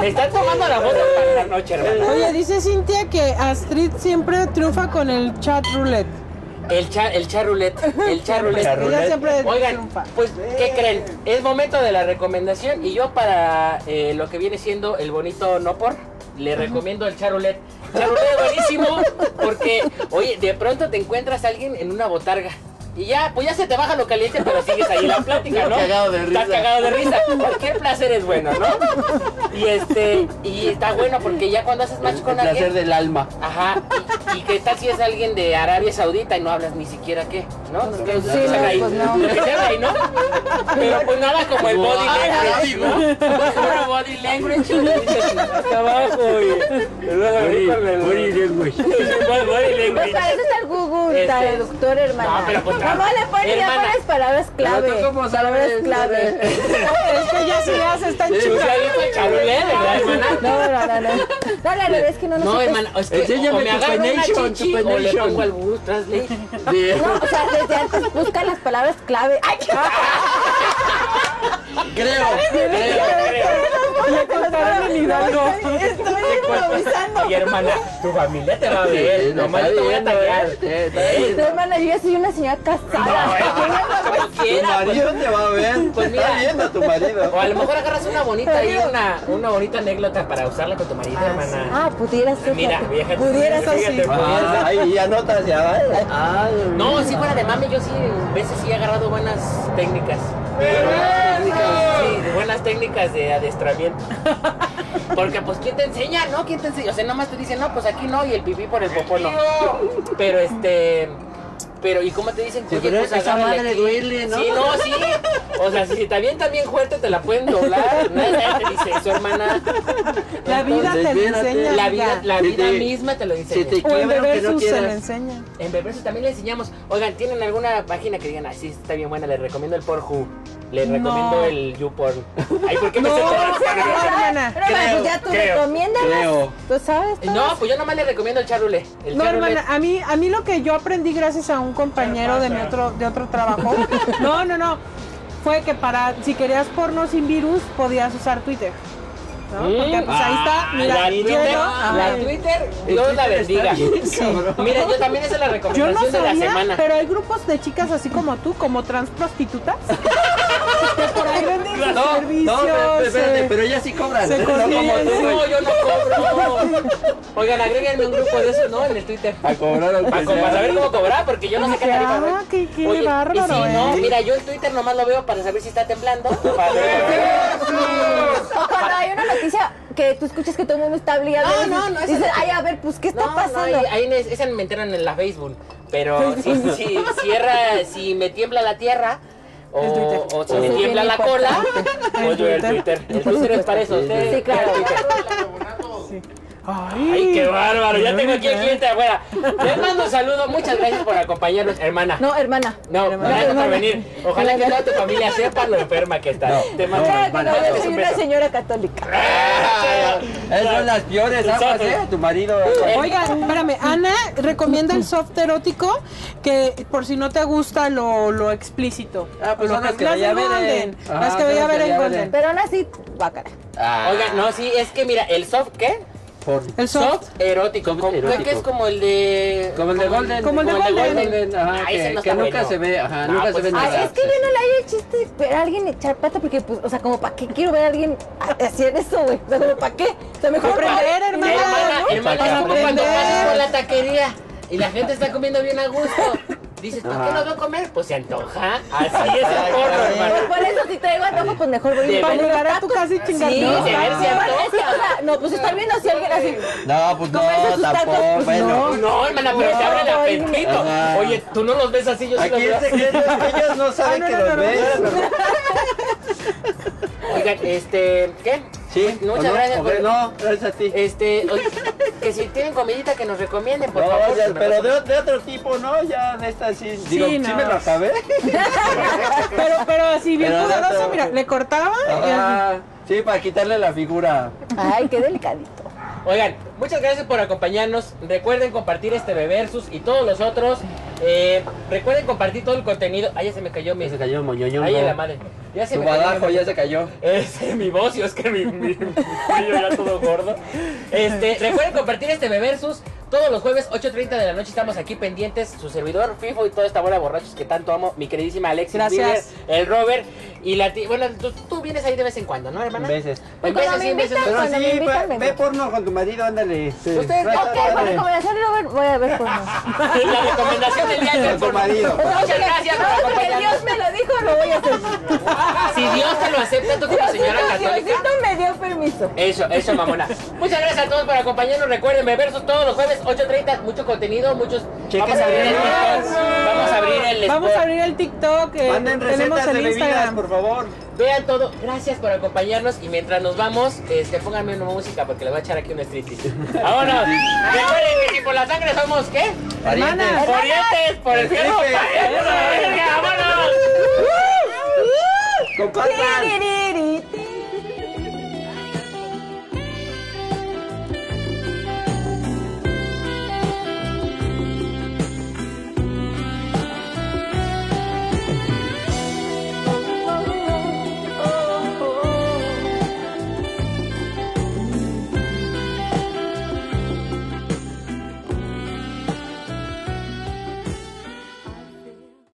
S2: Me están tomando la foto para la noche, hermano.
S3: Oye, dice Cintia que Astrid siempre triunfa con el chat roulette.
S2: El chat, el chat roulette, el chat roulette.
S1: Chat roulette.
S3: Ella siempre
S2: Oigan,
S3: triunfa.
S2: pues, ¿qué creen? Es momento de la recomendación y yo para eh, lo que viene siendo el bonito no por, le recomiendo el charulet. Charulet es buenísimo porque, oye, de pronto te encuentras a alguien en una botarga. y ya, pues ya se te baja lo caliente, pero sigues ahí en la plática, ¿no?
S1: Estás cagado de
S2: Estás
S1: risa.
S2: cagado de risa. Cualquier placer es bueno, ¿no? Y este, y está bueno porque ya cuando haces match
S1: El
S2: con
S1: placer
S2: alguien.
S1: del alma.
S2: Ajá, y, y que tal si es alguien de Arabia Saudita y no hablas ni siquiera qué, ¿no? Lo que
S4: sí,
S2: sea
S4: no,
S2: ahí,
S4: pues no.
S2: Lo que sea ahí, ¿no? Pero pues nada como el body language, ¿no? Puro body language, y dices, hasta abajo, y luego ahí con el- Body language.
S4: Pues, para eso está el Google
S2: Este-
S4: traductor, hermana.
S2: No, pero pues,
S4: Mamá le pone ya
S2: hermana.
S4: pones palabras clave.
S1: Pero tú cómo
S4: palabras
S1: sabes,
S4: clave.
S3: Es que ya sí, ya se están
S2: Tú
S3: chingando.
S2: sabes que charulé, ¿verdad, hermana?
S4: No, no, no, no. No, la verdad es que no nos
S2: No,
S4: supes-
S2: hermana, es que o,
S1: Enséñame
S2: o me
S1: tu
S2: agarro una
S1: penation, tu
S2: chichi o le
S1: penation.
S2: pongo al bus, translate.
S1: Sí.
S4: No, o sea, desde antes busca las palabras clave. Ah, ¡Ay, qué
S1: Creo, creo.
S4: Ya contaron en Hidalgo.
S2: Y hermana, tu familia te va a ver,
S1: Sí, no,
S2: nomás
S1: está
S2: te voy a
S1: bien, está
S2: taggear.
S1: bien, sí, está bien.
S4: No, hermana, yo ya soy una señora casada.
S1: Tu
S2: eh. Cualquiera, pues.
S1: marido te va a ver.
S2: Pues mira.
S1: Está viendo a tu marido.
S2: O a lo mejor agarras una bonita ahí, una, una bonita anécdota para usarla con tu marido, hermana.
S4: Ah, pudiera ser.
S2: Mira,
S4: fíjate.
S2: vieja.
S4: Pudiera ser.
S2: fíjate,
S4: sí.
S2: pudiera ser.
S1: Ah, Ay, y anotas ya, ¿vale?
S2: No, si fuera de mami, yo sí, a veces sí he agarrado buenas técnicas. Sí, buenas técnicas de adiestramiento. Porque pues quién te enseña, ¿no? ¿Quién te enseña? O sea, nomás te dicen, no, pues aquí no, y el pipí por el popó no. Pero este. Pero, ¿y cómo te dicen?
S1: Sí,
S2: Oye, pues,
S1: pero esa
S2: agárrale
S1: madre duele, ¿no?
S2: Sí, no, sí. O sea, si te avientan bien fuerte, te la pueden doblar. Nadie te dice eso, hermana.
S3: La vida
S1: Entonces,
S3: te lo
S1: espérate.
S3: enseña.
S2: La
S3: amiga.
S2: vida, la
S1: Sí,
S2: vida
S1: sí.
S2: misma te lo dice.
S1: Sí, sí.
S3: O
S1: Qué
S3: el
S1: bueno que
S3: deber
S1: no
S3: sus se le
S1: quieras.
S3: enseña.
S2: En Beversus también le enseñamos. Oigan, ¿tienen alguna página que digan así? está bien buena, les recomiendo el Pornhub. Les
S3: No.
S2: recomiendo el YouPorn. Ay, ¿por qué me
S3: No,
S2: estoy
S3: no, hermana.
S4: Pero, hermana, pues ya tú
S2: creo,
S4: recomiéndalas.
S1: creo.
S4: Tú sabes. todas.
S2: No, pues yo nomás le recomiendo el Charule. El
S3: No,
S2: Charule.
S3: hermana, a mí, a mí lo que yo aprendí gracias a un compañero de mi otro, de otro trabajo, no, no, no, fue que para, si querías porno sin virus, podías usar Twitter. ¿no? Porque pues ahí está,
S2: Mm. Ah,
S3: mira, eh,
S2: la Twitter, ah,
S3: lleno,
S2: la
S3: ajá.
S2: Twitter, Dios la bendiga. Mira, yo también esa es la
S3: yo no
S2: recomendación de la
S3: sabía,
S2: semana.
S3: pero hay grupos de chicas así como tú, como trans prostitutas, que por ahí venden sus
S1: No, no,
S3: servicios.
S1: pero- espérate,
S3: eh.
S1: pero ellas sí cobran.
S3: se
S1: ¿eh? No
S3: consiguen.
S1: como tú,
S2: No,
S1: güey.
S2: yo no cobro. Oigan, agréguenme un grupo de esos, ¿no? En el Twitter.
S1: A cobrar aunque
S2: Para, co-
S1: sea.
S2: para saber cómo cobrar, porque yo no sé qué tarifa.
S3: Ah,
S2: ¿no?
S3: qué- qué
S2: Oye,
S3: bárbaro,
S2: y si no,
S3: ¿eh?
S2: mira, yo el Twitter nomás lo veo para saber si está temblando. Para
S4: O cuando hay una noticia que tú escuchas que todo el mundo está obligado.
S2: No,
S4: dices-
S2: no, no, esa
S4: Dices,
S2: no.
S4: ay, a ver, pues, ¿qué está
S2: No, no, ahí,
S4: pasando?
S2: ahí en es- esa me enteran en la Facebook. Pero si, si cierra, si me tiembla la tierra. O,
S3: El Twitter.
S2: o si
S4: Eso
S2: me
S4: es
S2: tiembla
S4: bien
S2: la cola. O yo el Twitter. El Twitter es para eso.
S1: Sí,
S2: ustedes-
S4: sí, claro.
S2: el Twitter.
S3: Ay,
S2: Ay, qué bárbaro. Ya tengo aquí el cliente afuera. Les mando un saludo. Muchas gracias por acompañarnos, hermana.
S4: No, hermana.
S2: No, gracias por venir. Ojalá que toda tu familia sepa lo enferma que está.
S1: No,
S2: Te mando
S1: no,
S4: Claro que
S1: hermana,
S4: no, yo
S1: no,
S4: soy
S2: un
S4: una
S2: beso.
S4: señora católica.
S1: Esas son las peores aguas, ¿eh? Tu marido. Eh,
S3: Oigan, espérame, Ana recomienda el soft erótico que por si no te gusta lo, lo explícito.
S1: Ah, pues
S3: Lo
S1: son las que veía
S3: de
S1: Beren.
S3: Golden,
S1: Ah,
S3: Las que veía
S1: son las que
S3: ver en
S1: veía
S3: Golden.
S4: Pero aún así, bácara.
S1: Ah,
S2: Oiga, no, sí, es que mira, el soft, ¿qué?
S1: por-
S3: El soft.
S2: erótico.
S1: Soft
S2: como- creo
S1: erótico.
S2: que es como el de...
S1: Como el de Golden.
S3: Como el de Golden.
S1: ajá,
S2: Ah,
S1: que,
S2: ese no
S1: que
S2: está
S1: nunca
S2: bueno.
S1: se ve, ajá,
S2: No,
S1: nunca
S2: pues,
S1: se ve
S2: ah,
S1: nada.
S4: Ay, es que yo no le hay el chiste de ver a alguien echar pata porque, pues, o sea, como para qué quiero ver a alguien ha- hacer eso, güey. O sea, como para qué. O sea, mejor
S3: Aprender,
S4: para-
S3: hermana,
S2: Hermana,
S3: ¿no?
S2: hermana,
S1: Para
S2: es como cuando
S3: aprender.
S2: pasas por la taquería y la gente está comiendo bien a gusto. Dices, ¿por qué no voy a comer? Pues se antoja. Así es el
S1: Ay,
S2: porno,
S1: ay,
S2: hermano.
S4: Pues por eso, si traigo antojo, pues mejor voy
S2: De
S4: a
S3: Para
S2: ver-
S3: llegar a tu casa y chingar.
S2: Sí,
S3: ¿no?
S2: de ver si
S4: Bueno,
S2: antoja.
S4: es que, o sea, no, pues estar viendo así a alguien así.
S1: No, pues no,
S4: Comerse sus tacos,
S1: tampoco.
S4: pues,
S1: Bueno,
S2: No, hermana, pero te abre
S4: Ay,
S2: el apetito.
S1: no.
S2: Oye, tú no los ves así, yo sí los
S1: aquí este-
S2: veo
S1: el
S2: así.
S1: secreto es que ellos no saben
S3: Ah, no,
S1: que
S3: no,
S1: los
S3: no, no,
S1: ves.
S3: no,
S2: Oigan, este, ¿qué?
S1: Sí,
S2: Muchas
S1: ¿o no?
S2: gracias
S1: ¿O
S2: por-
S1: qué No, gracias a ti.
S2: Este, oye, que si tienen comidita que nos recomienden, por
S1: No,
S2: favor.
S1: ya,
S2: se me
S1: pero
S2: pasa.
S1: de, de otro tipo, ¿no? Ya de esta sí. Digo, sí,
S3: no.
S1: me lo acabé.
S3: Pero, pero así bien
S1: Pero no
S3: cuidadoso,
S1: te-
S3: mira, le cortaba y así.
S1: Ah, sí, para quitarle la figura.
S4: Ay, qué delicadito.
S2: Oigan, muchas gracias por acompañarnos. Recuerden compartir este Beversus y todos los otros. Eh, recuerden compartir todo el contenido. Ay, ya se me cayó mi.
S1: Ya se cayó moñoñón.
S2: Ay, en la madre. Ya se
S1: Tu
S2: me cayó.
S1: badajo
S2: mi-
S1: ya se cayó.
S2: Este, mi bocio, es que mi, mi, mi brillo ya todo gordo. Este, recuerden compartir este Beversus. Todos los jueves, 8.30 de la noche, estamos aquí pendientes. Su servidor, FIFO y toda esta bola de borrachos que tanto amo. Mi queridísima Alexis
S3: Gracias.
S2: Bieber, el Robert. Y la ti- bueno, tú, tú vienes ahí de vez en cuando, ¿no, hermana?
S1: Veces.
S4: Pues cuando me invitan,
S1: Pero
S4: cuando me
S1: sí,
S4: invitan,
S1: ve,
S4: me
S1: ve
S4: meto.
S1: porno con tu marido, ándale. sí.
S2: Ustedes-
S1: Trata-
S4: Ok, por
S1: ándale.
S4: recomendación de Robert, voy a ver pues, por
S2: La recomendación del día es el
S1: Con tu
S2: porno.
S1: marido.
S2: Pues, Muchas gracias por
S4: porque
S2: acompañarnos.
S4: Dios me lo dijo, lo voy a hacer.
S2: Si Dios te lo acepta, tú como señora católica.
S4: Diosito me dio permiso.
S2: Eso, eso, mamona. Muchas gracias a todos por acompañarnos. Recuerden, bebersos todos los jueves, 8.30. Mucho contenido, muchos...
S1: Chequen
S2: Vamos a abrir el
S1: Beversus.
S2: Vamos a abrir el...
S3: Vamos a abrir el TikTok, eh,
S1: Manden
S3: tenemos
S1: recetas de
S3: el
S1: bebidas,
S3: Instagram.
S1: por favor.
S2: Vean todo. Gracias por acompañarnos. Y mientras nos vamos, este, pónganme una música porque les voy a echar aquí un striptease. ¡Vámonos! Recuerden que si por la sangre somos, ¿qué?
S1: Parientes.
S2: Parientes, por el cielo.
S1: Eso.
S2: parientes, ¡Vámonos!
S1: Compartan.
S4: Tiririri.